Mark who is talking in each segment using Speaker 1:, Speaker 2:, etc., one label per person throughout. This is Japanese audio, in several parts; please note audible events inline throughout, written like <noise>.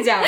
Speaker 1: うじゃん。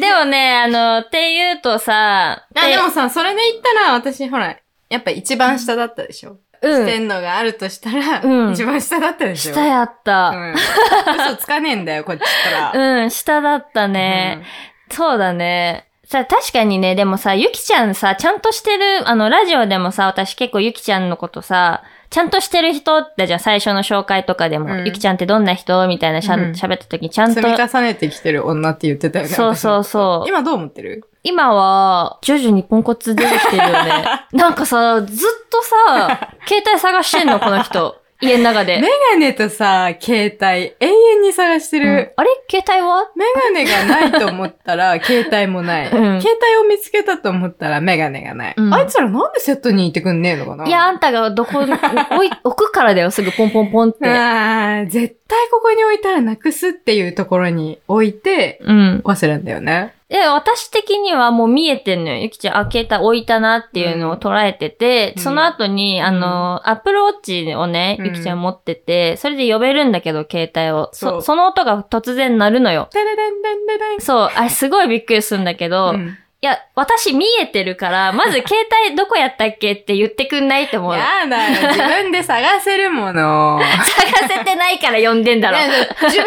Speaker 2: でもね、あの、って言うとさ、
Speaker 1: あ、でもさ、それで言ったら、私、ほら、やっぱ一番下だったでしょ。
Speaker 2: う
Speaker 1: 四
Speaker 2: ん、
Speaker 1: 天王があるとしたら、
Speaker 2: うん
Speaker 1: 一番下だったでしょ。
Speaker 2: 下やっ
Speaker 1: う
Speaker 2: た。
Speaker 1: ん。嘘つかねえんだよ、こっちから。
Speaker 2: うん、下だったね。そうだね。さ、確かにね、でもさ、ゆきちゃんさ、ちゃんとしてる、あの、ラジオでもさ、私結構ゆきちゃんのことさ、ちゃんとしてる人ってじゃん、最初の紹介とかでも、
Speaker 1: うん
Speaker 2: ゆきちゃんってどんな人みたいなしゃ、
Speaker 1: うん
Speaker 2: 喋った時にちゃ
Speaker 1: うん
Speaker 2: んと
Speaker 1: 積、み重ねてきてる女って言ってたよね。
Speaker 2: そうそうそ
Speaker 1: 私
Speaker 2: う
Speaker 1: 今どう思ってる
Speaker 2: 今は、徐々にポンコツ出てきてるよね。
Speaker 1: <laughs>
Speaker 2: なんかさ、ずっとさ、携帯探してんの、この人。家の中で。
Speaker 1: メガネとさ、携帯、永遠に探して
Speaker 2: うん
Speaker 1: る。
Speaker 2: あれ携帯は
Speaker 1: メガネがないと思ったら、 <laughs> 携帯もない。
Speaker 2: うん
Speaker 1: 携帯を見つけたと思ったら、メガネがない。
Speaker 2: うん
Speaker 1: あいつらなんでセットにいてくんねえのかない
Speaker 2: や、あんたがどこに <laughs> お置い置くからだよ、すぐポンポンポンって。
Speaker 1: あー絶対ここに置いたらなくすっていうところに置いて、
Speaker 2: うん。
Speaker 1: 忘れんだよね。
Speaker 2: で、私的にはもう見えてんのよ。ゆきちゃん、あ、携帯置いたなっていうのを捉えてて、
Speaker 1: うん
Speaker 2: その後に、あの、アップルウォッチをね、
Speaker 1: うん
Speaker 2: ゆきちゃん持ってて、それで呼べるんだけど、携帯を。
Speaker 1: そ
Speaker 2: そうその音が突然鳴るのよ。
Speaker 1: ダラダンダンダダン
Speaker 2: そう、あれすごいびっくりするんだけど、い
Speaker 1: ん
Speaker 2: や、私見えてるから、まず携帯どこやったっけって言ってくんないって思うの。
Speaker 1: やだよ。自分で探せるもの。
Speaker 2: <laughs> 探せてないから呼ん <laughs> でん
Speaker 1: <laughs>
Speaker 2: だろ。
Speaker 1: いや自分で探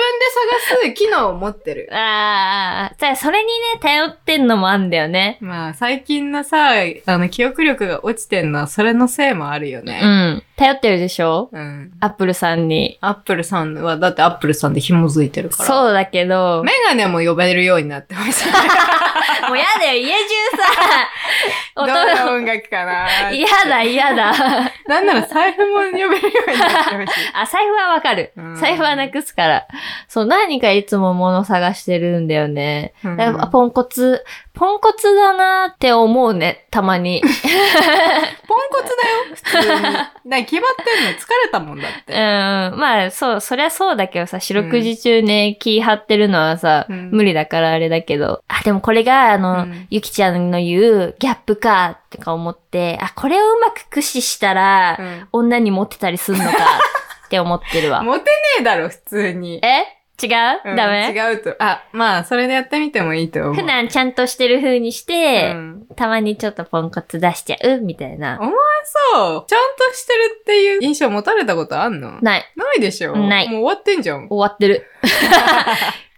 Speaker 1: す機能を持ってる。
Speaker 2: ああ、じゃあそれにね、頼ってんのもあんだよね。
Speaker 1: まあ、最近のさ、あの、記憶力が落ちてんのは、それのせいもあるよ
Speaker 2: う
Speaker 1: ね。
Speaker 2: ん。頼ってるでしょ
Speaker 1: うん。
Speaker 2: アップルさんに。
Speaker 1: アップルさんは、だってアップルさんで紐づいてるから。う。
Speaker 2: そうだけど、
Speaker 1: メガネも呼べるようになってました。
Speaker 2: <laughs> もうやだよ、家中 <laughs> さ、
Speaker 1: どん
Speaker 2: 音
Speaker 1: な音楽かな
Speaker 2: が、嫌だ、嫌だ。
Speaker 1: なんなら財布も呼べるようになってまし
Speaker 2: あ、財布はわかる
Speaker 1: うん。
Speaker 2: 財布はなくすから。そう、何かいつも物探してるんだよね。 <laughs>
Speaker 1: た。
Speaker 2: だからあポンコツ、ポンコツだなって思うね、たまに。
Speaker 1: ポンコツ <laughs> だよ、普通に。な決
Speaker 2: <laughs>
Speaker 1: まってんの、疲れたもんだっ
Speaker 2: うん、
Speaker 1: て。
Speaker 2: まあ、そう、そりゃそうだけどさ、四六時中ね、気張ってるのはさ、
Speaker 1: うん
Speaker 2: 無理だからあれだけど。あ、でもこれが、あの、
Speaker 1: うん
Speaker 2: ゆきちゃんの言うギャップか、とか思って、あ、これをうまく駆使したら、
Speaker 1: うん
Speaker 2: 女にモテたりすんのか、 <laughs> って思ってるわ。
Speaker 1: モテねえだろ、普通に。
Speaker 2: え違う、
Speaker 1: うん
Speaker 2: ダメ
Speaker 1: 違うと。あ、まあ、それでやってみてもいいと思う。
Speaker 2: 普段ちゃんとしてる風にし
Speaker 1: う
Speaker 2: て、
Speaker 1: ん
Speaker 2: たまにちょっとポンコツ出しちゃう、みたいな。
Speaker 1: そう。ちゃんとしてるっていう印象持たれたことあんの
Speaker 2: ない。
Speaker 1: ないでしょ
Speaker 2: ない
Speaker 1: もう終わってんじゃん。
Speaker 2: 終わっ
Speaker 1: <laughs>
Speaker 2: てる。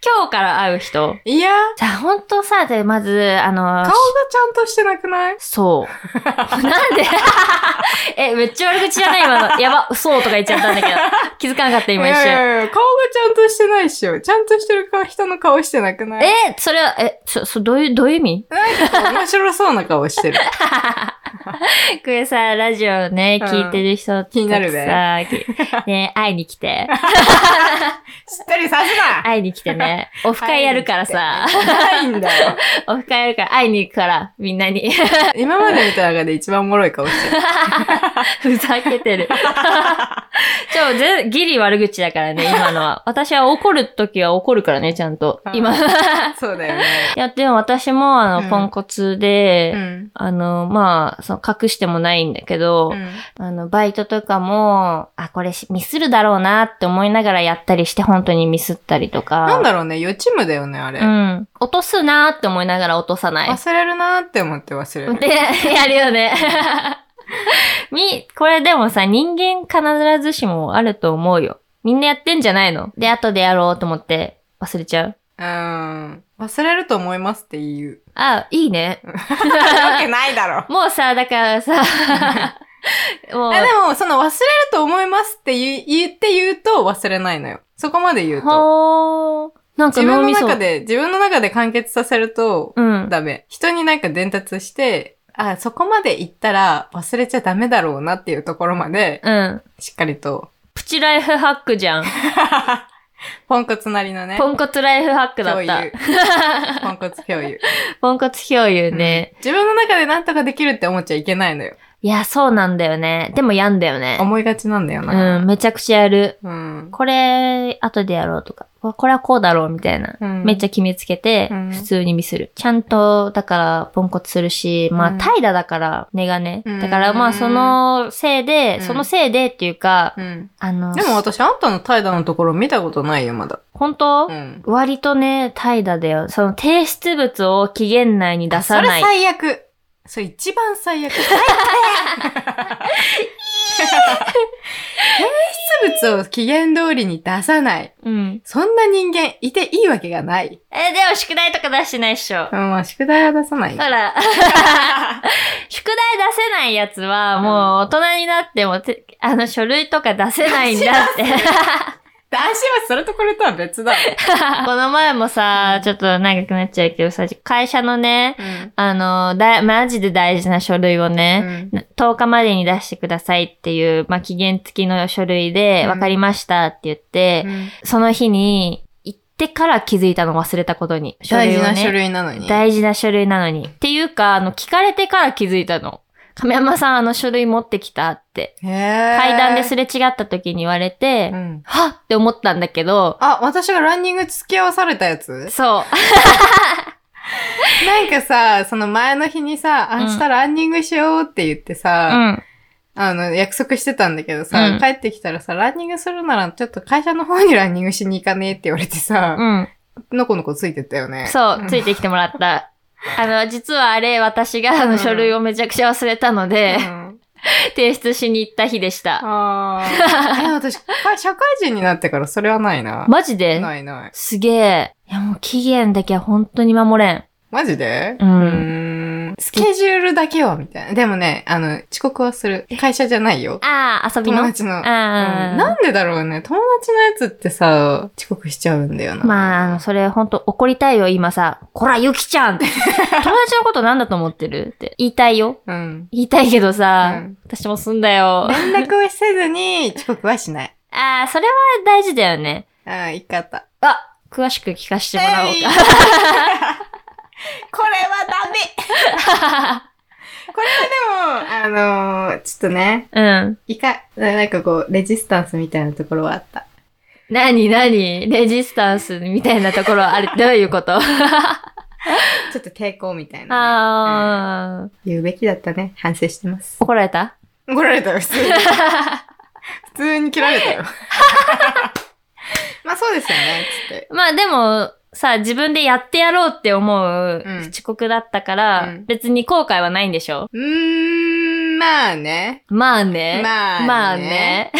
Speaker 2: 今日から会う人。
Speaker 1: いや、
Speaker 2: じゃあ、ほんとさ、で、まず、あの
Speaker 1: 顔がちゃんとしてなくない
Speaker 2: そう。なんで <laughs> え、めっちゃ悪口じゃない今の。やば、そうとか言っちゃったんだけど。気づかなかった今一
Speaker 1: いやい
Speaker 2: 瞬。
Speaker 1: やいや顔がちゃんとしてないっしょ。ちゃんとしてる顔人の顔してなくない
Speaker 2: え、それは、え、そ、そ、どういう、どういう意味
Speaker 1: なんか面白そうな顔
Speaker 2: <laughs>
Speaker 1: してる。
Speaker 2: これさ、ラジオね、
Speaker 1: うん
Speaker 2: 聞いてる人、
Speaker 1: 気になる
Speaker 2: ね。 <laughs> さ、ね、会いに来て。
Speaker 1: しっとりさすな
Speaker 2: 会いに来て <laughs> ね。オフ会やるからさ。
Speaker 1: ないんだよ。
Speaker 2: オフ会やるから、会いに行くから、みんなに。 <laughs>
Speaker 1: 今まで見た中で一番おもろい顔してる。
Speaker 2: ふざけ <laughs> てる。ちょ、ぜギリ悪口だからね、今のは。私は怒るときは怒るからね、ちゃんと。今。 <laughs>
Speaker 1: そうだよね。
Speaker 2: いや、でも私も、あの、
Speaker 1: うん
Speaker 2: ポンコツで、
Speaker 1: ん。
Speaker 2: あの、まあ、その隠してもないんだけど、あの、バイトとかも、あ、これしミスるだろうなって思いながらやったりして、本当にミスったりとか。
Speaker 1: なんだろうね、予知夢だよね、あれ。
Speaker 2: うん。落とすなって思いながら落とさない。
Speaker 1: 忘れるなーって思って忘れる。
Speaker 2: <laughs> で、やるよね。 <laughs> み、これでもさ、人間必ずしもあると思うよ。みんなやってんじゃないので、後でやろうと思って忘れちゃう。
Speaker 1: うーん。忘れると思いますって言
Speaker 2: <laughs>
Speaker 1: う。
Speaker 2: あ、いいね。
Speaker 1: <laughs> なわけないだろ。
Speaker 2: もうさ、だか
Speaker 1: <laughs>
Speaker 2: らさ、もう
Speaker 1: あ、でも、その忘れると思いますって言い言って言うと忘れないのよ。そこまで言うと。
Speaker 2: ほー。なんか
Speaker 1: 自分
Speaker 2: 脳
Speaker 1: の
Speaker 2: みそ。
Speaker 1: 中で、自分の中で完結させると
Speaker 2: うん。
Speaker 1: ダメ。人になんか伝達して、あ、そこまで言ったら忘れちゃダメだろうなっていうところまで、
Speaker 2: うん。
Speaker 1: しっかりと。
Speaker 2: プチライフハックじゃん。
Speaker 1: <laughs> ポンコツなりのね。
Speaker 2: ポンコツライフハックだ
Speaker 1: 共
Speaker 2: っ
Speaker 1: 有 <laughs>
Speaker 2: た。。
Speaker 1: ポンコツ共有。
Speaker 2: ポンコツ共有ね。
Speaker 1: 自分の中で何とかできるって思っちゃいけないのよ。
Speaker 2: いや、そうなんだよね。でもやんだよね。
Speaker 1: 思いがちなんだよ
Speaker 2: うん、
Speaker 1: な。
Speaker 2: めちゃくちゃやる。
Speaker 1: うん。
Speaker 2: これ、後でやろうとか、わこれはこうだろうみたいな。
Speaker 1: うん
Speaker 2: めっちゃ決めつけて、
Speaker 1: うん
Speaker 2: 普通にミスる。ちゃんと、だから、ポンコツするし、まあ、
Speaker 1: うん
Speaker 2: 怠惰だから、根がね。
Speaker 1: うん
Speaker 2: だから、まあ、そのせいで、
Speaker 1: うん
Speaker 2: そのせいでっていうか、
Speaker 1: うん。
Speaker 2: あの、
Speaker 1: でも私、あんたの怠惰のところ見たことないよ、まだ。
Speaker 2: 本当、
Speaker 1: うん。
Speaker 2: 割とね、怠惰だよ。その提出物を期限内に出
Speaker 1: そ
Speaker 2: さな
Speaker 1: れ
Speaker 2: い。
Speaker 1: 最悪。それ一番最悪。最悪 <laughs> 提出物を期限通りに出さない。
Speaker 2: うん。
Speaker 1: そんな人間いていいわけがない。
Speaker 2: え、でも宿題とか出してないっしょ。
Speaker 1: うん、まあ宿題は出さないよ
Speaker 2: ほ。 <laughs> ら、宿題出せないやつは、もう大人になってもて、あの、書類とか出せないんだ <laughs> って。
Speaker 1: 男子はそれとこれとは別だ。
Speaker 2: この前もさ、ちょっと長くなっちゃうけどさ、会社のね、
Speaker 1: うん。
Speaker 2: あの、だ、マジで大事な書類をね、な10日までに出してくださいっていう、まあ、期限付きの書類で、
Speaker 1: うん
Speaker 2: わかりましたって言って、
Speaker 1: うん
Speaker 2: その日に、行ってから気づいたの忘れたことに。書
Speaker 1: 大
Speaker 2: 類
Speaker 1: 事
Speaker 2: を
Speaker 1: な
Speaker 2: ね
Speaker 1: 書類なのに。
Speaker 2: 大事な書類なのに。っていうか、あの、聞かれてから気づいたの。亀山さん、あの書類持ってきたって。階
Speaker 1: 階
Speaker 2: 段ですれ違った時に言われて、
Speaker 1: うん。
Speaker 2: はっって思ったんだけど、
Speaker 1: あ、私がランニング付き合わされたやつ
Speaker 2: そう。
Speaker 1: なんかさ、その前の日にさ、
Speaker 2: うん
Speaker 1: 明日ランニングしようって言って
Speaker 2: う
Speaker 1: さ、
Speaker 2: ん。
Speaker 1: あの、約束してたんだけどさ、
Speaker 2: うん
Speaker 1: 帰ってきたらさ、ランニングするならちょっと会社の方にランニングしに行かねえって言われてさ、
Speaker 2: うん。
Speaker 1: のこのこついてったよね。
Speaker 2: そう、つ
Speaker 1: い
Speaker 2: いてきてもらった。あの、実はあれ、私があの書類をめちゃくちゃ忘れたので、
Speaker 1: うん、
Speaker 2: 提出しに行った日でした。
Speaker 1: あ
Speaker 2: <laughs>
Speaker 1: あ。え、私、か社会人になってからそれはないな。
Speaker 2: マジで
Speaker 1: ないない。
Speaker 2: すげえ。いや、もう期限だけは本当に守れん。
Speaker 1: マジで
Speaker 2: うん
Speaker 1: うーんスケジュールだけは、みたいな。でもね、あの、遅刻はする。会社じゃないよ。
Speaker 2: ああ、遊び
Speaker 1: 友
Speaker 2: の。
Speaker 1: 達の。
Speaker 2: ああ、
Speaker 1: うんなんでだろうね。友達のやつってさ、遅刻しちゃうんだよな。
Speaker 2: まああの、それほんと怒りたいよ、今さ。こら、ゆきちゃんって <laughs> 友達のことなんだと思ってるって言いたいよ。
Speaker 1: うん。
Speaker 2: 言いたいけどさ、
Speaker 1: うん
Speaker 2: 私もすんだよ。
Speaker 1: 連絡をせずに遅刻はしない。
Speaker 2: ああ、それは大事だよね。
Speaker 1: ああ、いかった。
Speaker 2: あ、詳しく聞かせてもらおう
Speaker 1: えいこれ
Speaker 2: か。
Speaker 1: はダメこれはでも、あのーちょっとね、
Speaker 2: うん。
Speaker 1: いか、なんかこう、レジスタンスみたいなところはあった。
Speaker 2: なになにレジスタンスみたいなところあれ、 <laughs> どういうこと
Speaker 1: ちょっと抵抗みたいな、ね。
Speaker 2: ああ、
Speaker 1: 言うべきだったね。反省してます。
Speaker 2: 怒られた
Speaker 1: 怒られたよ、普通 <laughs> に。普通に切られた <laughs> よ。まあそうですよね、つって。
Speaker 2: まあでも、さ、自分でやってやろうって思う
Speaker 1: うん
Speaker 2: 遅刻だったか
Speaker 1: う
Speaker 2: ら、
Speaker 1: ん
Speaker 2: 別に後悔はないんでしょ
Speaker 1: うーん、まあね。
Speaker 2: まあね。
Speaker 1: まあね
Speaker 2: まあね。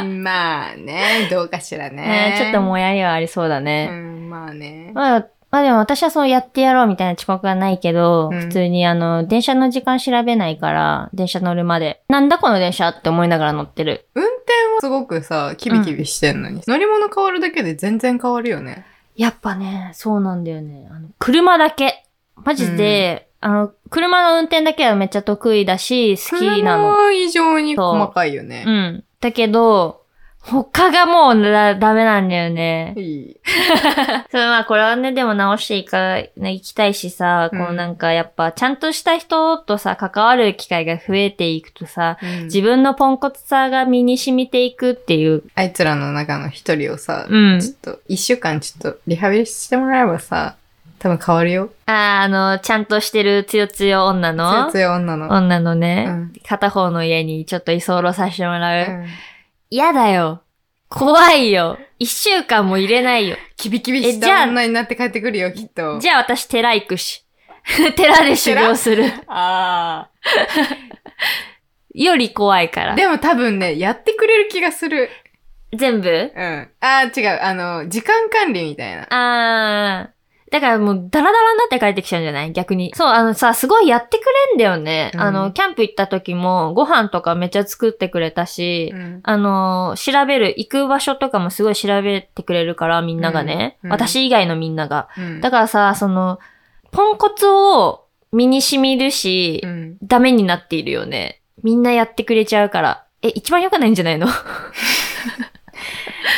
Speaker 1: うんまあね、どうかしら <laughs> ね。
Speaker 2: <laughs> ねちょっと
Speaker 1: う。
Speaker 2: もやりはありそうだ
Speaker 1: う
Speaker 2: ね。
Speaker 1: ん、まあね。
Speaker 2: まあ、まあでも私はそのやってやろうみたいな遅刻はないけど、
Speaker 1: うん
Speaker 2: 普通にあの、電車の時間調べないから、電車乗るまで。なんだこの電車って思いながら乗ってる。
Speaker 1: 運転はすごくさ、キビキビしてんのに、乗り物変わるだけで全然変わるよね。
Speaker 2: やっぱね、そうなんだよね。あの、車だけ。マジで、あの、車の運転だけはめっちゃ得意だし、好きなの。
Speaker 1: 車以上に細かいよね
Speaker 2: う。ん。だけど、他がもうだダメなんだよね。
Speaker 1: いい。
Speaker 2: そう、まあこれはね、でも直していか、ね、いきたいしさ、
Speaker 1: うん
Speaker 2: こうなんかやっぱちゃんとした人とさ、関わる機会が増えていくとさ、自
Speaker 1: 自分
Speaker 2: 分のポンコツさが身に染みていくっていう。
Speaker 1: あいつらの中の一人をさ、
Speaker 2: うん。
Speaker 1: ちょっと、一週間ちょっとリハビリしてもらえばさ、多分変わるよ。
Speaker 2: あーあの、ちゃんとしてるつよつよ女の
Speaker 1: 強強い女の。
Speaker 2: 女のね、
Speaker 1: うん
Speaker 2: 片方の家にちょっと居候させてもらう。
Speaker 1: うん
Speaker 2: 嫌、だよ。怖いよ。一週間も入れないよ。
Speaker 1: キビキビし
Speaker 2: えじゃ
Speaker 1: た
Speaker 2: あ
Speaker 1: 女になって帰ってくるよ、きっと。
Speaker 2: じゃあ私寺行くし。 <laughs> 寺で修行する。
Speaker 1: あ
Speaker 2: より怖いから。
Speaker 1: でも多分ね、やってくれる気がする。
Speaker 2: 全部
Speaker 1: うん。ああ、違う。あの、時間管理みたいな。
Speaker 2: あー。だからもう、ダラダラになって帰ってきちゃうんじゃない逆に。そう、あのさ、すごいやってくれんだよね。
Speaker 1: うん
Speaker 2: あの、キャンプ行った時も、ご飯とかめっちゃ作ってくれたし、
Speaker 1: うん。
Speaker 2: あの、調べる、行く場所とかもすごい調べてくれるから、みんながね。
Speaker 1: うんうん
Speaker 2: 私以外のみんなが。
Speaker 1: うん
Speaker 2: だからさ、その、ポンコツを身に染みるし、
Speaker 1: うん。
Speaker 2: ダメになっているよね。みんなやってくれちゃうから。え、一番良くないんじゃないの <laughs>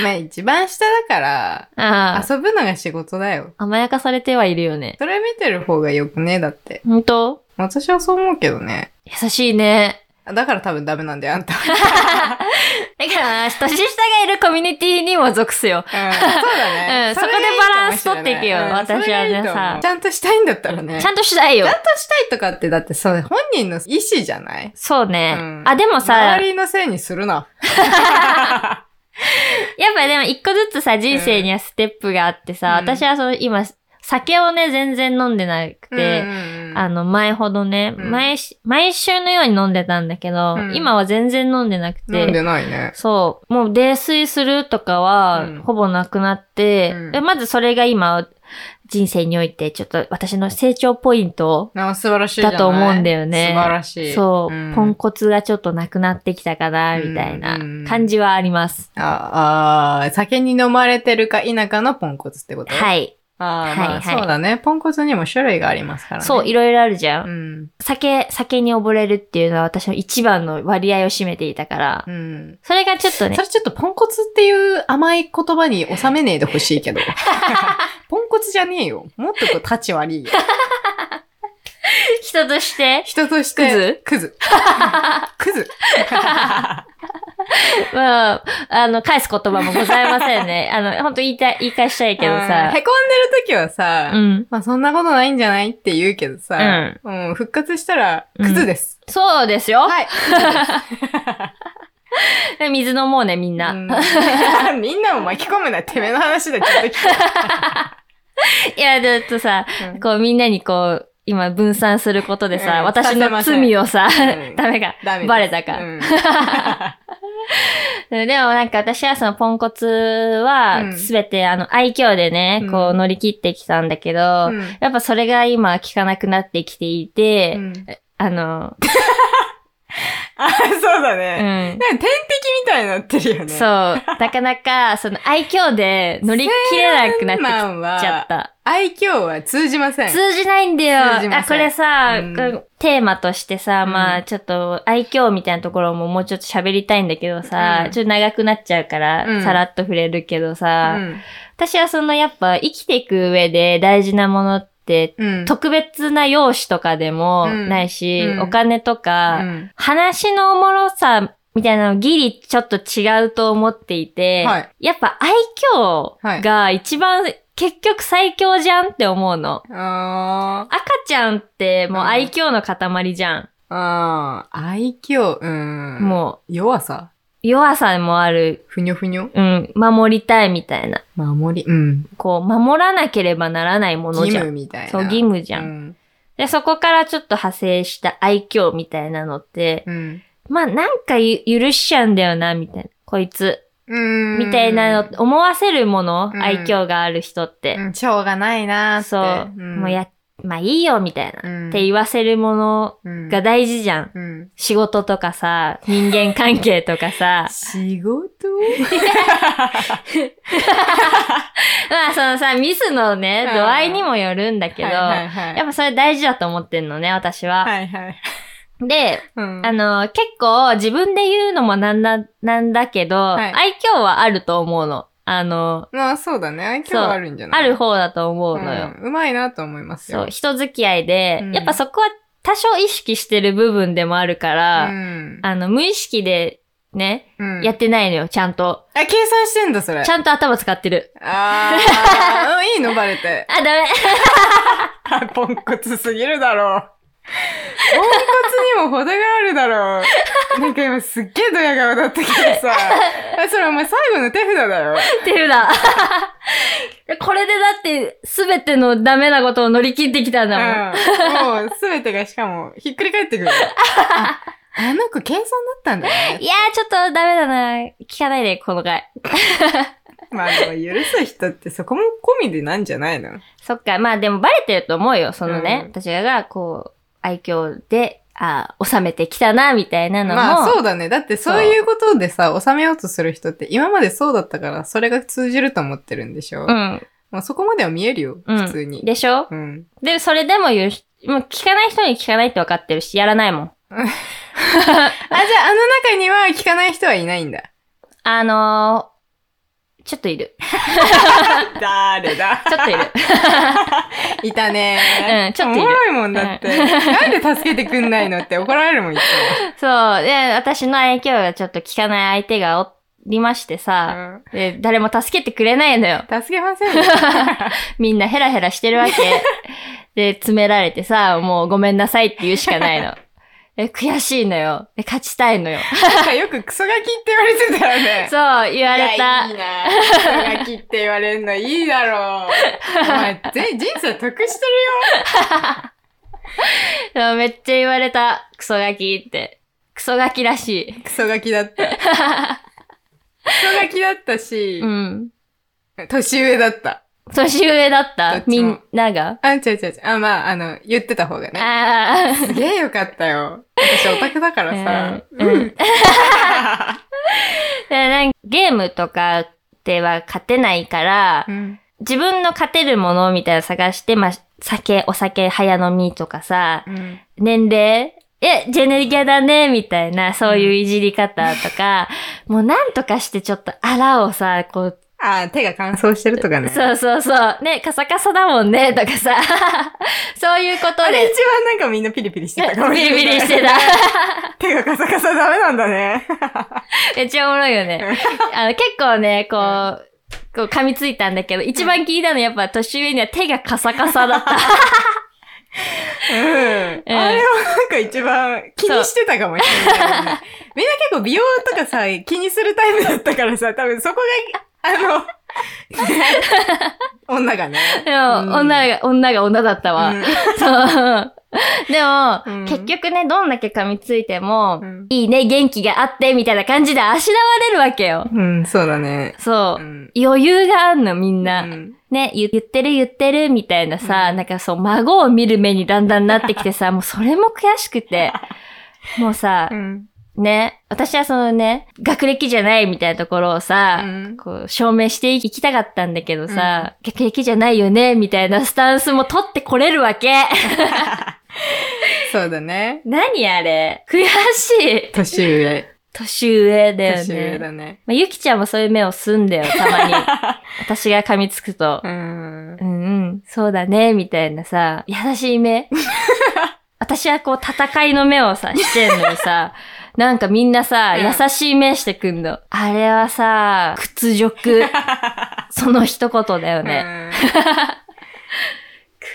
Speaker 1: まあ、一番下だから、
Speaker 2: ああ、
Speaker 1: 遊ぶのが仕事だよ。
Speaker 2: 甘やかされてはいるよね。
Speaker 1: それ見てる方がよくねだって。
Speaker 2: 本当
Speaker 1: 私はそう思うけどね。
Speaker 2: 優しいね。
Speaker 1: だから多分ダメなんだよ、あんた。うん
Speaker 2: だから、年下がいるコミュニティにも属すよ。
Speaker 1: そうだ
Speaker 2: う
Speaker 1: ね。
Speaker 2: んそこでバランス取っていけよ
Speaker 1: うん
Speaker 2: 私はね
Speaker 1: それがいいと思う
Speaker 2: さ
Speaker 1: ちゃんとしたいんだったらね。
Speaker 2: ちゃんとしたいよ
Speaker 1: ちゃん。としたいとかって、だってそれ本人の意思じゃない
Speaker 2: そうね。
Speaker 1: うん
Speaker 2: あ、でもさ、
Speaker 1: 周りのせいにするな。
Speaker 2: やっぱでも一個ずつさ、人生にはステップがあってさ、
Speaker 1: うん
Speaker 2: 私はその今、酒をね、全然飲んでなく
Speaker 1: う
Speaker 2: て、
Speaker 1: ん
Speaker 2: あの、前ほどね、
Speaker 1: うん
Speaker 2: 毎し、毎週のように飲んでたんだけど、
Speaker 1: うん
Speaker 2: 今は全然飲んでなく
Speaker 1: 飲ん
Speaker 2: て、
Speaker 1: でないね。
Speaker 2: そう、もう泥酔すると
Speaker 1: う
Speaker 2: か
Speaker 1: ん
Speaker 2: は、ほぼなくなって、
Speaker 1: うん
Speaker 2: でまずそれが今、人生において、ちょっと私の成長ポイント
Speaker 1: あ素晴らしいじゃ
Speaker 2: だ
Speaker 1: ない
Speaker 2: と思うんだよね。
Speaker 1: 素晴らしい。
Speaker 2: そう、
Speaker 1: ん
Speaker 2: ポンコツがちょっとなくなってきたかな、みたいな感じはあります。
Speaker 1: ああー、酒に飲まれてるか否かのポンコツってことい。
Speaker 2: はい。
Speaker 1: あーまあ、
Speaker 2: はいはい
Speaker 1: そうだね。ポンコツにも種類がありますからね。
Speaker 2: そう、いろいろあるじゃん。
Speaker 1: うん。
Speaker 2: 酒、酒に溺れるっていうのは私の一番の割合を占めていたから
Speaker 1: う、ん。
Speaker 2: それがちょっとね
Speaker 1: そ、れちょっとポンコツっていう甘い言葉に収めねえでほしいけ
Speaker 2: <laughs>
Speaker 1: ど。ポンコツじゃねえよ。もっとこう、立ち悪いよ。
Speaker 2: 人として、
Speaker 1: <laughs> 人として。クズ
Speaker 2: <laughs>
Speaker 1: クズ。クズ。
Speaker 2: まあ、あの、返す言葉もございませ
Speaker 1: <laughs>
Speaker 2: んね。あの、本当言いたい、言い返したいけど
Speaker 1: うんへ
Speaker 2: さ。
Speaker 1: こんでる時はさ、
Speaker 2: うん。
Speaker 1: まあそんなことないんじゃないって言うけどさ、うん、復活したら、クズです。
Speaker 2: そうですよ。
Speaker 1: はい。
Speaker 2: で水飲もうね、みんな。
Speaker 1: うん <laughs> みんなを巻き込むな、てめえの話でちょっと聞
Speaker 2: <laughs> いや、だとさ、
Speaker 1: く。
Speaker 2: こうみんなにこう、今分散することでさ、
Speaker 1: うん
Speaker 2: 私の罪をさ、
Speaker 1: うん
Speaker 2: <laughs> ダメか。
Speaker 1: ダメです
Speaker 2: バレたか
Speaker 1: うん
Speaker 2: でもなんか私はそのポンコツは
Speaker 1: う、ん
Speaker 2: すべてあの愛嬌でね、
Speaker 1: うん
Speaker 2: こう乗り切ってきたんだけど、
Speaker 1: うん
Speaker 2: やっぱそれが今効かなくなってきていて、
Speaker 1: うん
Speaker 2: あの、
Speaker 1: あ、そうだ
Speaker 2: う
Speaker 1: ね。
Speaker 2: ん。
Speaker 1: なんか天敵みたいになってるよね。
Speaker 2: そう、なかなか、その愛嬌で乗り切れなくなって
Speaker 1: マ
Speaker 2: き
Speaker 1: ン
Speaker 2: ちゃっ
Speaker 1: は、
Speaker 2: た。
Speaker 1: 愛嬌は通じません。
Speaker 2: 通じないんだよ。
Speaker 1: 通じません
Speaker 2: あ、これさ、
Speaker 1: うん
Speaker 2: これテーマとしてさ、
Speaker 1: うん
Speaker 2: まあちょっと愛嬌みたいなところももうちょっと喋りたいんだけどさ、
Speaker 1: うん
Speaker 2: ちょっと長くなっちゃうから、
Speaker 1: うん
Speaker 2: さらっと触れるけどさ、
Speaker 1: うん
Speaker 2: 私はそのやっぱ生きていく上で大事なものって、
Speaker 1: うん。
Speaker 2: 特別な容姿とかでも
Speaker 1: うん
Speaker 2: ないし、
Speaker 1: うん
Speaker 2: お金とか、
Speaker 1: うん
Speaker 2: 話のおもろさみたいなのギリちょっと違うと思っていて、
Speaker 1: はい
Speaker 2: やっぱ愛嬌が一番、結局最強じゃんって思うの。
Speaker 1: あー
Speaker 2: 赤ちゃんってもう愛嬌の塊じゃん。
Speaker 1: あー、愛嬌、うん。
Speaker 2: も
Speaker 1: う。弱さ
Speaker 2: う弱さもある。
Speaker 1: ふにょふにょ
Speaker 2: うん、守りたいみたいな。
Speaker 1: 守り、うん。
Speaker 2: こう、守らなければならないもの
Speaker 1: 義
Speaker 2: じゃん。
Speaker 1: 務みたいな。
Speaker 2: そう、義務じゃん,、
Speaker 1: ん。
Speaker 2: で、そこからちょっと派生した愛嬌みたいなのって、
Speaker 1: うん。
Speaker 2: まあなんかゆ許しちゃうんだよな、みたいな。こいつ。
Speaker 1: うん。
Speaker 2: みたいなの、思わせるもの、
Speaker 1: うん
Speaker 2: 愛嬌がある人って。
Speaker 1: うんしょうがないなーって。
Speaker 2: そう、
Speaker 1: ん
Speaker 2: もう、や、まあいいよ、みたいな、
Speaker 1: うん
Speaker 2: って言わせるもの
Speaker 1: うん
Speaker 2: が大事じゃん。
Speaker 1: うん。。
Speaker 2: 仕事とかさ、人間関係とか
Speaker 1: <laughs>
Speaker 2: さ
Speaker 1: 仕事
Speaker 2: まあそのさ、ミスのね、
Speaker 1: うん
Speaker 2: 度合いにもよるんだけど、
Speaker 1: はいはいはい。
Speaker 2: やっぱそれ大事だと思ってんのね、私は。
Speaker 1: はいはい。
Speaker 2: で、
Speaker 1: うん
Speaker 2: あの、結構自分で言うのもなんだ、なんだけど、
Speaker 1: はい
Speaker 2: 愛嬌はあると思うの。あの、
Speaker 1: まあそうだね。愛嬌はあるんじゃない
Speaker 2: ある方だと思うのよ。
Speaker 1: うんうまいなと思います
Speaker 2: そ
Speaker 1: よ
Speaker 2: う、。人付き合いで、
Speaker 1: うん
Speaker 2: やっぱそこは多少意識してる部分でもあるか
Speaker 1: う
Speaker 2: ら、
Speaker 1: ん。
Speaker 2: あの、無意識でね、
Speaker 1: うん
Speaker 2: やってないのよ、ちゃんと。
Speaker 1: あ、計算してんだ、それ。
Speaker 2: ちゃんと頭使ってる。
Speaker 1: ああ、うんいいのバレて。
Speaker 2: あ、ダメ。
Speaker 1: <laughs>
Speaker 2: <laughs>
Speaker 1: あポンコツすぎるだろう。ポンコツにも程があるだろ <laughs> う。なんか今すっげえドヤ顔だったけど <laughs> さ。あそれお前最後の手札だよ。
Speaker 2: 手札。
Speaker 1: <laughs>
Speaker 2: これでだって、すべてのダメなことを乗り切ってきたんだもん。
Speaker 1: うん。もうすべてがしかもひっくり返って <laughs> くる。ああの子計算だったんだね。
Speaker 2: いやー、ちょっとダメだな。聞かないで、この回。
Speaker 1: まあでも許す人ってそこも込みでなんじゃないの
Speaker 2: そっか。まあでもバレてると思うよ。そのね、
Speaker 1: うん
Speaker 2: 私がこう、愛嬌で、あー収めてきたな、みたいなのも。
Speaker 1: まあそうだね。だってそういうことでさ、収めようとする人って今までそうだったからそれが通じると思ってるんでしょ、
Speaker 2: うん。
Speaker 1: まあそこまでは見えるよ、
Speaker 2: うん
Speaker 1: 普通に。
Speaker 2: でしょ
Speaker 1: うん。
Speaker 2: で、それでも言うし、もう聞かない人に聞かないって分かってるし、やらないもん。
Speaker 1: あ、じゃああの中には聞かない人はいないんだ。
Speaker 2: あのー、ちょっといる。
Speaker 1: 誰だ <laughs>
Speaker 2: ちょっといる。
Speaker 1: いたね。
Speaker 2: <laughs> うんちょっといる
Speaker 1: おもろいもんだって。なんで助けてくんないのって怒られるもん、いつ
Speaker 2: <laughs> そう。で、私の愛嬌がちょっと聞かない相手がおりましてさ、
Speaker 1: も。
Speaker 2: で誰も助けてくれないのよ。
Speaker 1: うん助けませんよ。
Speaker 2: みんなヘラヘラして
Speaker 1: <laughs>
Speaker 2: るわけ。で、詰められてさ、もうごめんなさいって言うしかな
Speaker 1: <laughs>
Speaker 2: いの。え悔しいのよ。で勝ちたいのよ。
Speaker 1: なんかよくクソガキって言われてたよね。
Speaker 2: そう、言われ
Speaker 1: いや
Speaker 2: た
Speaker 1: いい。な。クソガキって言われるのいいだろう。お前、ぜ人生得してるよ。
Speaker 2: そうめっちゃ言われた。クソガキって。クソガキらしい。
Speaker 1: クソガキだった。
Speaker 2: <laughs>
Speaker 1: クソガキだったし、
Speaker 2: うん。
Speaker 1: 年上だった。
Speaker 2: 年上だっ
Speaker 1: ど
Speaker 2: た
Speaker 1: っちも
Speaker 2: みんなが。
Speaker 1: あ、違う違う違う。あ、まあ、あの、言ってた方がね。
Speaker 2: あ
Speaker 1: すげえよかったよ。私オタクだからさ。
Speaker 2: うん
Speaker 1: う
Speaker 2: うん
Speaker 1: ん。
Speaker 2: あ。 <laughs> でなんかゲームとかでは勝てないから、
Speaker 1: うん
Speaker 2: 自分の勝てるものみたいなの探して、まあ、酒、お酒、早飲みとかさ、
Speaker 1: うん
Speaker 2: 年齢え、ジェネギャだね、みたいな、そういういじり方とか、もうなんとかしてちょっとあらをさ、こう、
Speaker 1: あ、手が乾燥してるとかね。
Speaker 2: そうそうそう、ね、カサカサだもんね、とかさ、 <laughs> そういうこと
Speaker 1: あれ
Speaker 2: で、
Speaker 1: 一番なんかみんなピリピリしてたかもしれ
Speaker 2: <laughs> ビ
Speaker 1: な
Speaker 2: リ
Speaker 1: い。
Speaker 2: ビリしてた。
Speaker 1: 手がカサカサダメなんだね。
Speaker 2: めっちゃおもろいよね。あの、結構ね、こう、こう噛みついたんだけど、一番聞いたのやっぱ年上には手がカサカサだった。 <laughs>
Speaker 1: うん。
Speaker 2: <laughs> うん
Speaker 1: あれはなんか一番気にしてたかもしれない、ね。みんな結構美容とかさ、気にするタイプだったからさ、多分そこ
Speaker 2: <laughs>
Speaker 1: が、あの、女がね。
Speaker 2: でも、
Speaker 1: うん
Speaker 2: 女が、女が女だったわ。
Speaker 1: うん
Speaker 2: そう。でも、
Speaker 1: うん
Speaker 2: 結局ね、どんだけ噛みついても、
Speaker 1: うん
Speaker 2: いいね、元気があって、みたいな感じであしらわれるわけよ。
Speaker 1: うん、そうだね。
Speaker 2: そう
Speaker 1: う。ん。
Speaker 2: 余裕があんの、みんな。
Speaker 1: うん
Speaker 2: ね、言言ってる言ってる、みたいなさ、
Speaker 1: うん
Speaker 2: なんかそう、孫を見る目にだんだんなってき
Speaker 1: <laughs>
Speaker 2: てさ、もうそれも悔しくて。もうさ
Speaker 1: う、ん。
Speaker 2: ね、私はそのね、学歴じゃないみたいなところをさ、
Speaker 1: うん
Speaker 2: こう、証明していきたかったんだけどさ、逆歴じゃないよね、みたいなスタンスも取ってこれるわけ。
Speaker 1: そうだ
Speaker 2: <laughs>
Speaker 1: ね。
Speaker 2: 何あれ悔しい。
Speaker 1: 年上。
Speaker 2: 年上だよね。
Speaker 1: 年上だね。
Speaker 2: まあ、ゆきちゃんもそういう目をすんだよ、
Speaker 1: <laughs>
Speaker 2: たまに。私が噛みつくと。
Speaker 1: うん。
Speaker 2: うんうん、そうだね、みたいなさ、優し
Speaker 1: <laughs>
Speaker 2: い目。私はこう、戦いの目をさ、してんのにさ、なんかみんなさ、
Speaker 1: うん
Speaker 2: 優しい目してくんの。あれはさ、
Speaker 1: <laughs>
Speaker 2: 屈辱。その一言だよね。
Speaker 1: ね。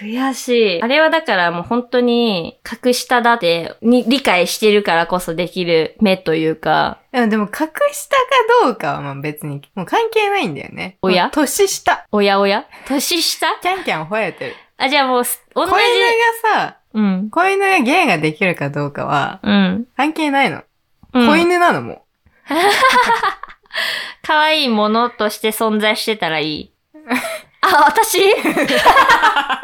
Speaker 2: 悔しい。あれはだからもう本当に、格下だって、に、理解してるからこそできる目というか、
Speaker 1: でも、でも、格下かどうかはもう別に、もう関係ないんだよね。
Speaker 2: おや
Speaker 1: もう年下。
Speaker 2: おやおや年下
Speaker 1: キャンキャン吠えてる。
Speaker 2: あ、じゃあもうす、同
Speaker 1: 子
Speaker 2: じ
Speaker 1: 犬。がさ、
Speaker 2: うん。
Speaker 1: 子犬が芸ができるかどうかは、
Speaker 2: うん。
Speaker 1: 関係ないの。
Speaker 2: うん
Speaker 1: 子犬なのも
Speaker 2: 可愛いものとして存在してたらい
Speaker 1: <laughs>
Speaker 2: い。あ、私あ、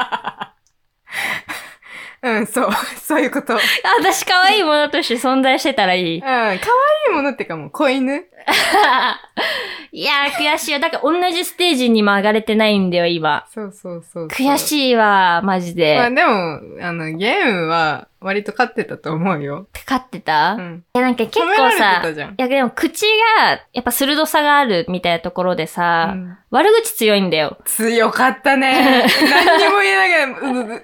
Speaker 1: う。うん、そう。 <laughs> そういうこと。うん。可
Speaker 2: 私可愛いものとして存在してたらいい。 <laughs>
Speaker 1: 愛いものってかもう、子犬。
Speaker 2: いやー、悔しいよ。だから同じステージにも上がれてないんだよ、今。
Speaker 1: そうそうそうそう。
Speaker 2: 悔しいわ、マジ
Speaker 1: まあ
Speaker 2: で。
Speaker 1: でも、あの、ゲームは割と勝ってたと思うよ。
Speaker 2: 勝ってた、
Speaker 1: う
Speaker 2: い
Speaker 1: ん。
Speaker 2: や、なんか結
Speaker 1: 褒め
Speaker 2: 構
Speaker 1: られて
Speaker 2: さ、
Speaker 1: たじゃん。
Speaker 2: いや、でも口が、やっぱ鋭さがあるみたいなところでさ、
Speaker 1: うん
Speaker 2: 悪口強いんだよ。
Speaker 1: 強かった
Speaker 2: <laughs>
Speaker 1: ね。何にも言えながら、うぶぶ。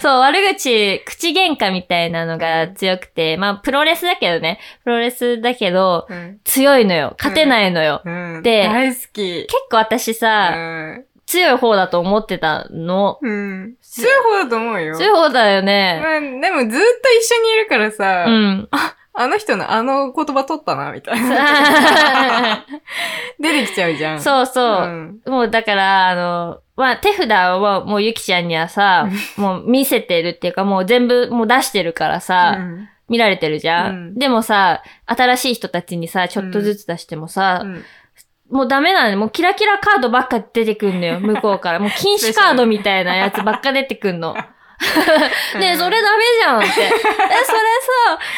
Speaker 2: そう、悪口、口喧嘩みたいなのが強くて、まあ、プロレスだけどね、プロレスだけど、
Speaker 1: うん。
Speaker 2: 強いのよ。勝てないのよ。
Speaker 1: うん
Speaker 2: で
Speaker 1: 大好き。
Speaker 2: 結構私さ、強い方だと思ってたの。
Speaker 1: うん。強い方だと思うよ。
Speaker 2: 強い方だよ
Speaker 1: ま
Speaker 2: ね。
Speaker 1: あ、でもずっと一緒にいるからさ、
Speaker 2: うん。
Speaker 1: あの人のあの言葉取ったな、みたいな。
Speaker 2: <laughs>
Speaker 1: 出てきちゃうじゃん。う。
Speaker 2: そうそうう。
Speaker 1: ん。
Speaker 2: もうだから、あの、まあ、手札はもうゆきちゃんにはさ、もう見せてるっていうか、もう全部もう出してるからさ、
Speaker 1: うん
Speaker 2: 見られてるじゃん、
Speaker 1: うん
Speaker 2: でもさ、新しい人たちにさ、ちょっとずつ出してもさ
Speaker 1: う、ん
Speaker 2: もうダメなのよもうキラキラカードばっか出てくん
Speaker 1: <laughs>
Speaker 2: のよ、向こうから。もう禁止カードみたいなやつばっか出てくんの。 <laughs> ねえ、それダメじゃん
Speaker 1: <laughs>
Speaker 2: って。え、それさ、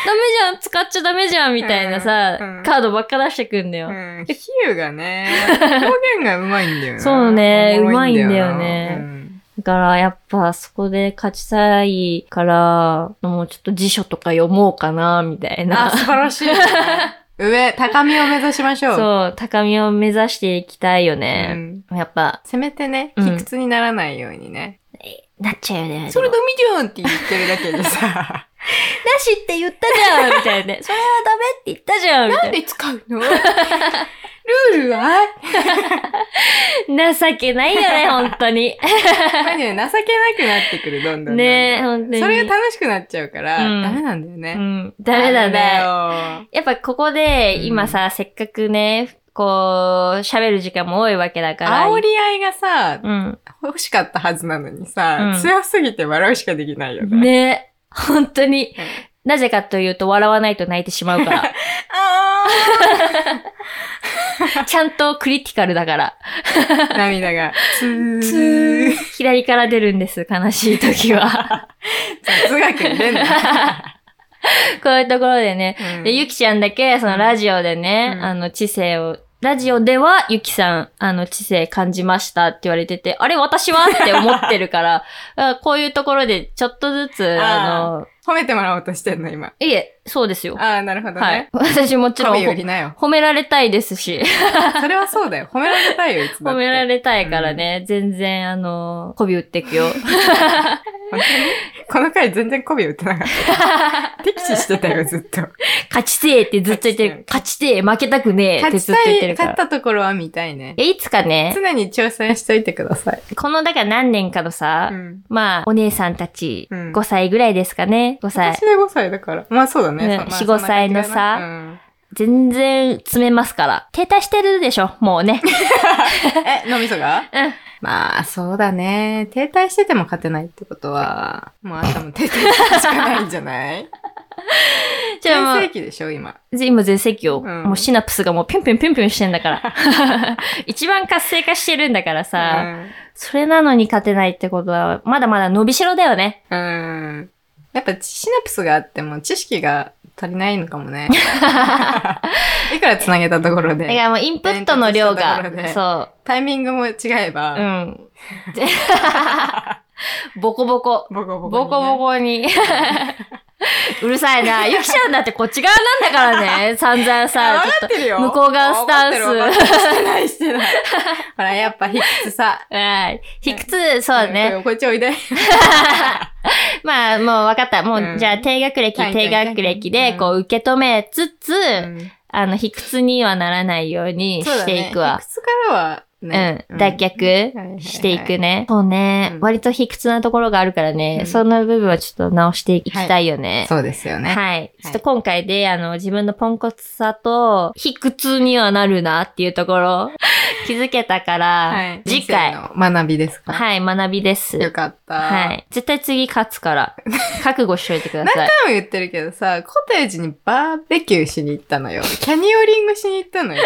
Speaker 2: ダメじゃん、使っちゃダメじゃん、みたいなさ、
Speaker 1: うんうん
Speaker 2: カードばっか出してくん
Speaker 1: う
Speaker 2: のよ。
Speaker 1: ん。比喩がね、表現がうまいんだよな
Speaker 2: そうね
Speaker 1: おもろ
Speaker 2: うまいんだよね
Speaker 1: うん
Speaker 2: だから、やっぱ、そこで勝ちたいから、もうちょっと辞書とか読もうかな、みたい
Speaker 1: あ、
Speaker 2: な。
Speaker 1: 素晴らしい。上、高みを目指しましょう。
Speaker 2: <laughs> そう、高みを目指していきたいよ
Speaker 1: う
Speaker 2: ね。
Speaker 1: ん
Speaker 2: やっぱ、
Speaker 1: せめてね、
Speaker 2: うん
Speaker 1: 卑屈にならないようにね。
Speaker 2: えなっちゃうよね。
Speaker 1: それ
Speaker 2: だ
Speaker 1: ダメじゃんって言ってるだけで
Speaker 2: <laughs>
Speaker 1: さ、
Speaker 2: しって言ったじゃんみたい
Speaker 1: <laughs>
Speaker 2: なね。それはダメって言ったじゃんみた
Speaker 1: ないんで使うのルールは
Speaker 2: な。情けない
Speaker 1: <laughs>
Speaker 2: よね、本当に。
Speaker 1: マジで情けなくなってくる、どんどんどんどん。
Speaker 2: ねえ、本当に。
Speaker 1: それが楽しくなっちゃうから、
Speaker 2: うん
Speaker 1: ダメなんだよ
Speaker 2: う
Speaker 1: ね。
Speaker 2: ん、ダメだね。
Speaker 1: よ。
Speaker 2: やっぱここで、今さ、せっかくね、こう、喋る時間も多いわけだから。
Speaker 1: 煽り合いがさ、
Speaker 2: うん。
Speaker 1: 欲しかったはずなのにさ、
Speaker 2: うん
Speaker 1: 強すぎて笑うしかできないよね。
Speaker 2: ね本当に
Speaker 1: う。
Speaker 2: なぜかというと、笑わないと泣いてしま
Speaker 1: <laughs>
Speaker 2: うか
Speaker 1: あ
Speaker 2: ら。ちゃんとクリティカルだから。
Speaker 1: ー涙が、つー
Speaker 2: つー。左から出るんです、悲しい
Speaker 1: <laughs>
Speaker 2: 時は。
Speaker 1: 雑学に出んな。
Speaker 2: こ <laughs> ういうところでね。
Speaker 1: うん
Speaker 2: で、ゆきちゃんだけ、そのラジオでね、
Speaker 1: うん
Speaker 2: あの、知性を、ラジオでは、ゆきさん、あの、知性感じましたって言われてて、あれ、私はって思ってるから、 <laughs> あこういうところで、ちょっとずつ、あの、
Speaker 1: 褒めてもらおうとしてんの、今。
Speaker 2: いえ、そうですよ。
Speaker 1: ああ、なるほど
Speaker 2: はい <laughs>
Speaker 1: ね。。
Speaker 2: 私もちろん、
Speaker 1: 媚び売り
Speaker 2: ほ
Speaker 1: なよ。
Speaker 2: 褒められたいで
Speaker 1: <laughs>
Speaker 2: すし、
Speaker 1: それはそうだよ。褒められたいよ、いつだっ
Speaker 2: 褒
Speaker 1: て。
Speaker 2: められたいからね、全然、あの、媚び打ってくよ。 <laughs>
Speaker 1: 本当にこの回全然媚び売ってなかった。
Speaker 2: <laughs>
Speaker 1: 敵視してたよ、ずっと。
Speaker 2: 勝ちてえってずっと言ってる。勝ちてえ、負けたくねえっ
Speaker 1: 勝
Speaker 2: てず
Speaker 1: ち
Speaker 2: っと
Speaker 1: た
Speaker 2: 言って
Speaker 1: い、
Speaker 2: るか
Speaker 1: 勝っ
Speaker 2: ら。
Speaker 1: たところは見たいね。
Speaker 2: いやいつかね、
Speaker 1: 常に挑戦しといてください。
Speaker 2: この、だから何年かのさ、
Speaker 1: うん。
Speaker 2: まあ、お姉さんたち、
Speaker 1: うん
Speaker 2: 5歳ぐらいですかね、5歳
Speaker 1: 私。で5歳だから。まあそうだね。
Speaker 2: うん
Speaker 1: そまあ
Speaker 2: 4 5歳のさ
Speaker 1: そんな感
Speaker 2: 全然詰めますから。停滞してるでしょ、も
Speaker 1: <laughs>
Speaker 2: うね。
Speaker 1: じかなうんえ、脳みそが
Speaker 2: うん。
Speaker 1: まあそうだね。停滞してても勝てないってことは、もうあんたも停滞するしかないんじゃ
Speaker 2: <laughs>
Speaker 1: ない
Speaker 2: じゃあも
Speaker 1: 全
Speaker 2: う
Speaker 1: 盛、期でしょ、今。
Speaker 2: 今全盛期を、
Speaker 1: うん
Speaker 2: もうシナプスがもうピュンピュンピュンピュンしてんだから。 <laughs> 一番活性化してるんだからさ、それなのに勝てないってことは、まだまだ伸びしろだよね。
Speaker 1: うん。うん。やっぱシナプスがあっても知識が足りないのかも
Speaker 2: <laughs>
Speaker 1: ね。いくら繋げたところ
Speaker 2: だか
Speaker 1: で。
Speaker 2: らもうインプットの量が
Speaker 1: 伝達したところで、
Speaker 2: そ
Speaker 1: タイミングも違え
Speaker 2: う、
Speaker 1: ば、
Speaker 2: うん。 <laughs> ボコボコ。
Speaker 1: ボコボコにね、
Speaker 2: ボコボコに。 <laughs> うるさいな。ゆきちゃんだってこっち側なんだからね。散々
Speaker 1: <laughs> あ
Speaker 2: さ、
Speaker 1: 分かってるよ。
Speaker 2: 向こう側スタンス
Speaker 1: 分かってる分かってる <laughs> してない、してない。ほら、やっぱ卑屈さ。
Speaker 2: はい。卑屈、そうだね。。
Speaker 1: こっちおいで。
Speaker 2: まあ、もう分かった。もう、
Speaker 1: うん
Speaker 2: じゃあ、低学歴、
Speaker 1: はい
Speaker 2: 低学
Speaker 1: は
Speaker 2: 歴
Speaker 1: い
Speaker 2: で
Speaker 1: は、い
Speaker 2: こう、受け止めつ
Speaker 1: う
Speaker 2: つ、
Speaker 1: ん
Speaker 2: あの、卑屈にはならないように
Speaker 1: そう
Speaker 2: し
Speaker 1: だね
Speaker 2: ていくわ
Speaker 1: 卑。屈からは
Speaker 2: う
Speaker 1: ね、
Speaker 2: ん。脱
Speaker 1: はいはいは
Speaker 2: 却
Speaker 1: い
Speaker 2: していくね。そうね、
Speaker 1: うん
Speaker 2: 割と卑屈なところがあるからね、
Speaker 1: うん
Speaker 2: その部分はちょっと直していきたいよね。
Speaker 1: そうですよね。
Speaker 2: はい。ちょっと今回で、あの、自分のポンコツさと、卑屈にはなるなっていうと
Speaker 1: <laughs>
Speaker 2: ころ、気づけたから、
Speaker 1: はい
Speaker 2: 次回、
Speaker 1: 人生の学びですか
Speaker 2: はい、学びです。
Speaker 1: よかった。
Speaker 2: はい。絶対次勝つ
Speaker 1: <laughs>
Speaker 2: から、覚悟しといてください。
Speaker 1: 前も言ってるけどさ、コテージにバーベキューしに行ったのよ。キャニオリングしに行った
Speaker 2: <laughs>
Speaker 1: のよ。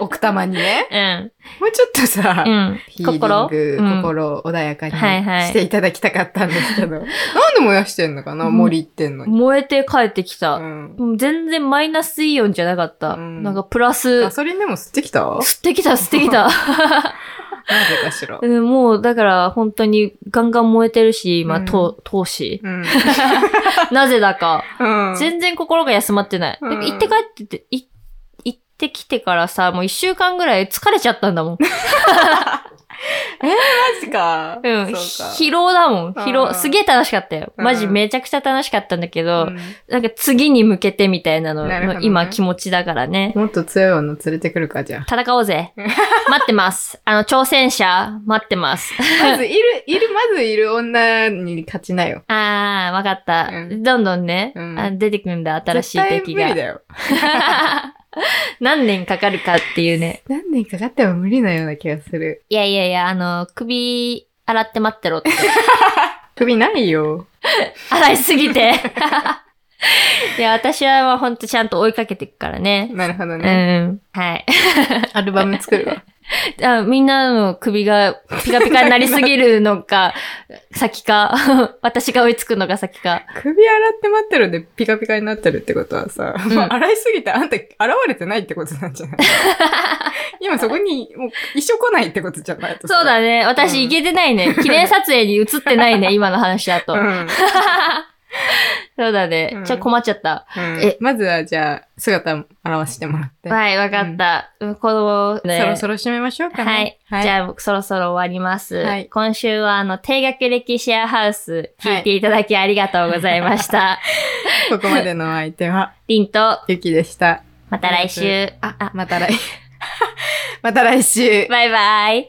Speaker 1: 奥多摩にね。
Speaker 2: うん。
Speaker 1: もうちょっとさ、
Speaker 2: うん。
Speaker 1: ヒーリング、
Speaker 2: 心うん
Speaker 1: 心穏やかに
Speaker 2: はいはい
Speaker 1: していただきたかったんですけど。なんで燃やしてんのかな
Speaker 2: うん
Speaker 1: 森行ってんのに。
Speaker 2: 燃えて帰ってき
Speaker 1: う
Speaker 2: た。
Speaker 1: ん
Speaker 2: もう全然マイナスイオンじゃなかった。
Speaker 1: うん
Speaker 2: なんかプラス、
Speaker 1: ガソリンでも吸ってきたなぜ
Speaker 2: 吸ってきた、吸ってき
Speaker 1: <laughs>
Speaker 2: た。
Speaker 1: かしら。
Speaker 2: うんもう、だから、本当にガンガン燃えてるし、今、
Speaker 1: うん
Speaker 2: と投資。
Speaker 1: うん。
Speaker 2: なぜだか。 <laughs>
Speaker 1: うん
Speaker 2: 全然心が休まってない。
Speaker 1: うん
Speaker 2: 行って帰ってて、い行ってきてからさ、もう一週間ぐらい疲れちゃったんだ
Speaker 1: <laughs>
Speaker 2: もん。
Speaker 1: マジか。
Speaker 2: うん。
Speaker 1: そう
Speaker 2: 疲労だもん。疲
Speaker 1: う
Speaker 2: 労。
Speaker 1: ん
Speaker 2: すげえ楽しかったよ。
Speaker 1: うん
Speaker 2: マジめちゃくちゃ楽しかったんだけど、
Speaker 1: か。うん
Speaker 2: なんか次に向けてみたいなの
Speaker 1: なるほど
Speaker 2: の
Speaker 1: ね
Speaker 2: 今気持ちだからね。
Speaker 1: もっと強いの連れてくるか、じゃあ。
Speaker 2: 戦おうぜ。待ってます。あの、挑戦者、待ってます。
Speaker 1: まずいる、いる、まずいる女に勝ちなよ。
Speaker 2: あー、わかった。
Speaker 1: うん
Speaker 2: どんどんね、
Speaker 1: うん
Speaker 2: あ出てくんだ、新しい
Speaker 1: 絶対
Speaker 2: 敵
Speaker 1: 無理
Speaker 2: が。
Speaker 1: だよ。
Speaker 2: 何年かかるかっていうね。
Speaker 1: 何年かかっても無理なような気がする。
Speaker 2: いやいやいや、あの、首、洗って待ってろって。
Speaker 1: 首ないよ。
Speaker 2: 洗いすぎて。 <laughs> いや、私はまあほんとちゃんと追いかけていくからね。
Speaker 1: なるほど
Speaker 2: う
Speaker 1: ね。
Speaker 2: ん。はい。
Speaker 1: アルバム作
Speaker 2: <laughs>
Speaker 1: るわ。
Speaker 2: あみんなの首がピカピカになりすぎるのか、先か。 <laughs> 私が追いつくのが先か。
Speaker 1: 首洗って待ってるんでピカピカになってるってことはさ、
Speaker 2: ん
Speaker 1: もう洗いすぎてあんた現れてないってことなんじゃ
Speaker 2: <laughs>
Speaker 1: ない今そこにもう一生来ないってことじゃない
Speaker 2: そうだ
Speaker 1: ね。
Speaker 2: <laughs> ね。私、いけてないね。記念撮影に映ってないね。今の話だと。
Speaker 1: うん。
Speaker 2: そうだね。
Speaker 1: うん
Speaker 2: ちょっと困っちゃった。
Speaker 1: え、まずはじゃあ、姿を表してもらって。
Speaker 2: はい、わかった。この、ね、
Speaker 1: そろそろ締めましょうかね。
Speaker 2: はい。じゃあ、そろそろ終わります。
Speaker 1: はい
Speaker 2: 今週は、あの、低学歴シェアハウス、聞いていただきありがとうございま <laughs> した。
Speaker 1: ここまでのお相手は、
Speaker 2: りんと、
Speaker 1: ゆきでした。
Speaker 2: <laughs> また来週。
Speaker 1: あ、
Speaker 2: あ
Speaker 1: <laughs> また来、また来週。
Speaker 2: バイバイ。